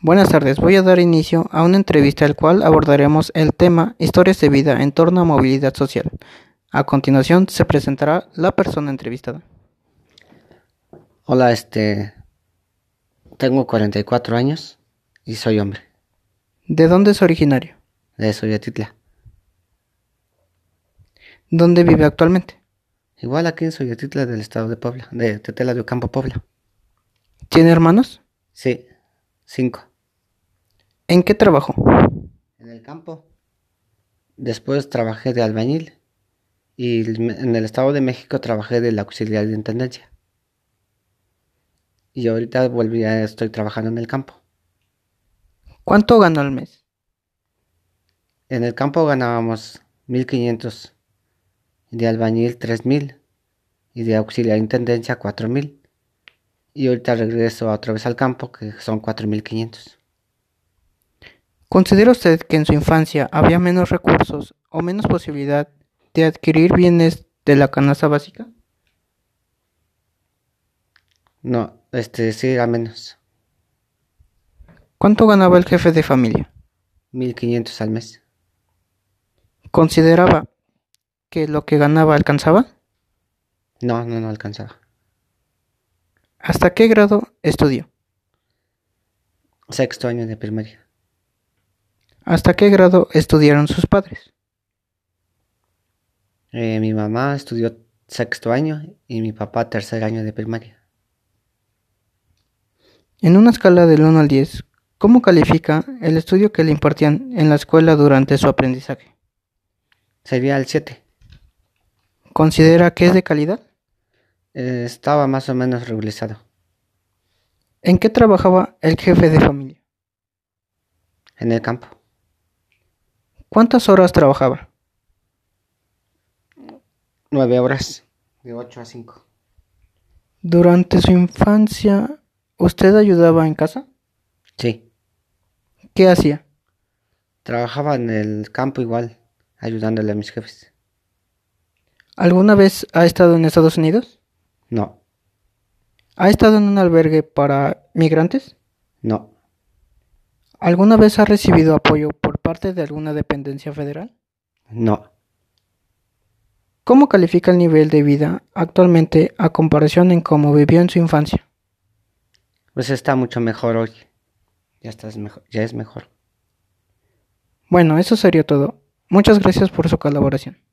Buenas tardes, voy a dar inicio a una entrevista el cual abordaremos el tema Historias de vida en torno a movilidad social. A continuación se presentará la persona entrevistada. Hola, este. Tengo 44 años y soy hombre. ¿De dónde es originario? De Soyotitla. ¿Dónde vive actualmente? Igual aquí en Soyotitla del estado de Puebla, de Tetela de Ocampo, Puebla. ¿Tiene hermanos? Sí, cinco. ¿En qué trabajó? En el campo. Después trabajé de albañil y en el estado de México trabajé de la auxiliar de intendencia. Y ahorita volví a, estoy trabajando en el campo. ¿Cuánto ganó al mes? En el campo ganábamos 1500, de albañil 3000 y de auxiliar de intendencia 4000. Y ahorita regreso otra vez al campo, que son 4500. ¿Considera usted que en su infancia había menos recursos o menos posibilidad de adquirir bienes de la canasta básica? No, este sí era menos. ¿Cuánto ganaba el jefe de familia? 1500 al mes. ¿Consideraba que lo que ganaba alcanzaba? No, no, no alcanzaba. ¿Hasta qué grado estudió? Sexto año de primaria. ¿Hasta qué grado estudiaron sus padres? Eh, mi mamá estudió sexto año y mi papá tercer año de primaria. En una escala del 1 al 10, ¿cómo califica el estudio que le impartían en la escuela durante su aprendizaje? Sería el 7. ¿Considera que es de calidad? Eh, estaba más o menos regularizado. ¿En qué trabajaba el jefe de familia? En el campo. ¿Cuántas horas trabajaba? Nueve horas. De 8 a 5. Durante su infancia, ¿usted ayudaba en casa? Sí. ¿Qué hacía? Trabajaba en el campo igual, ayudándole a mis jefes. ¿Alguna vez ha estado en Estados Unidos? No, ¿Ha estado en un albergue para migrantes? no, ¿Alguna vez ha recibido apoyo por parte de alguna dependencia federal? no. ¿Cómo califica el nivel de vida actualmente a comparación en cómo vivió en su infancia? Pues está mucho mejor hoy. Ya estás mejor, ya es mejor. Bueno, eso sería todo. Muchas gracias por su colaboración.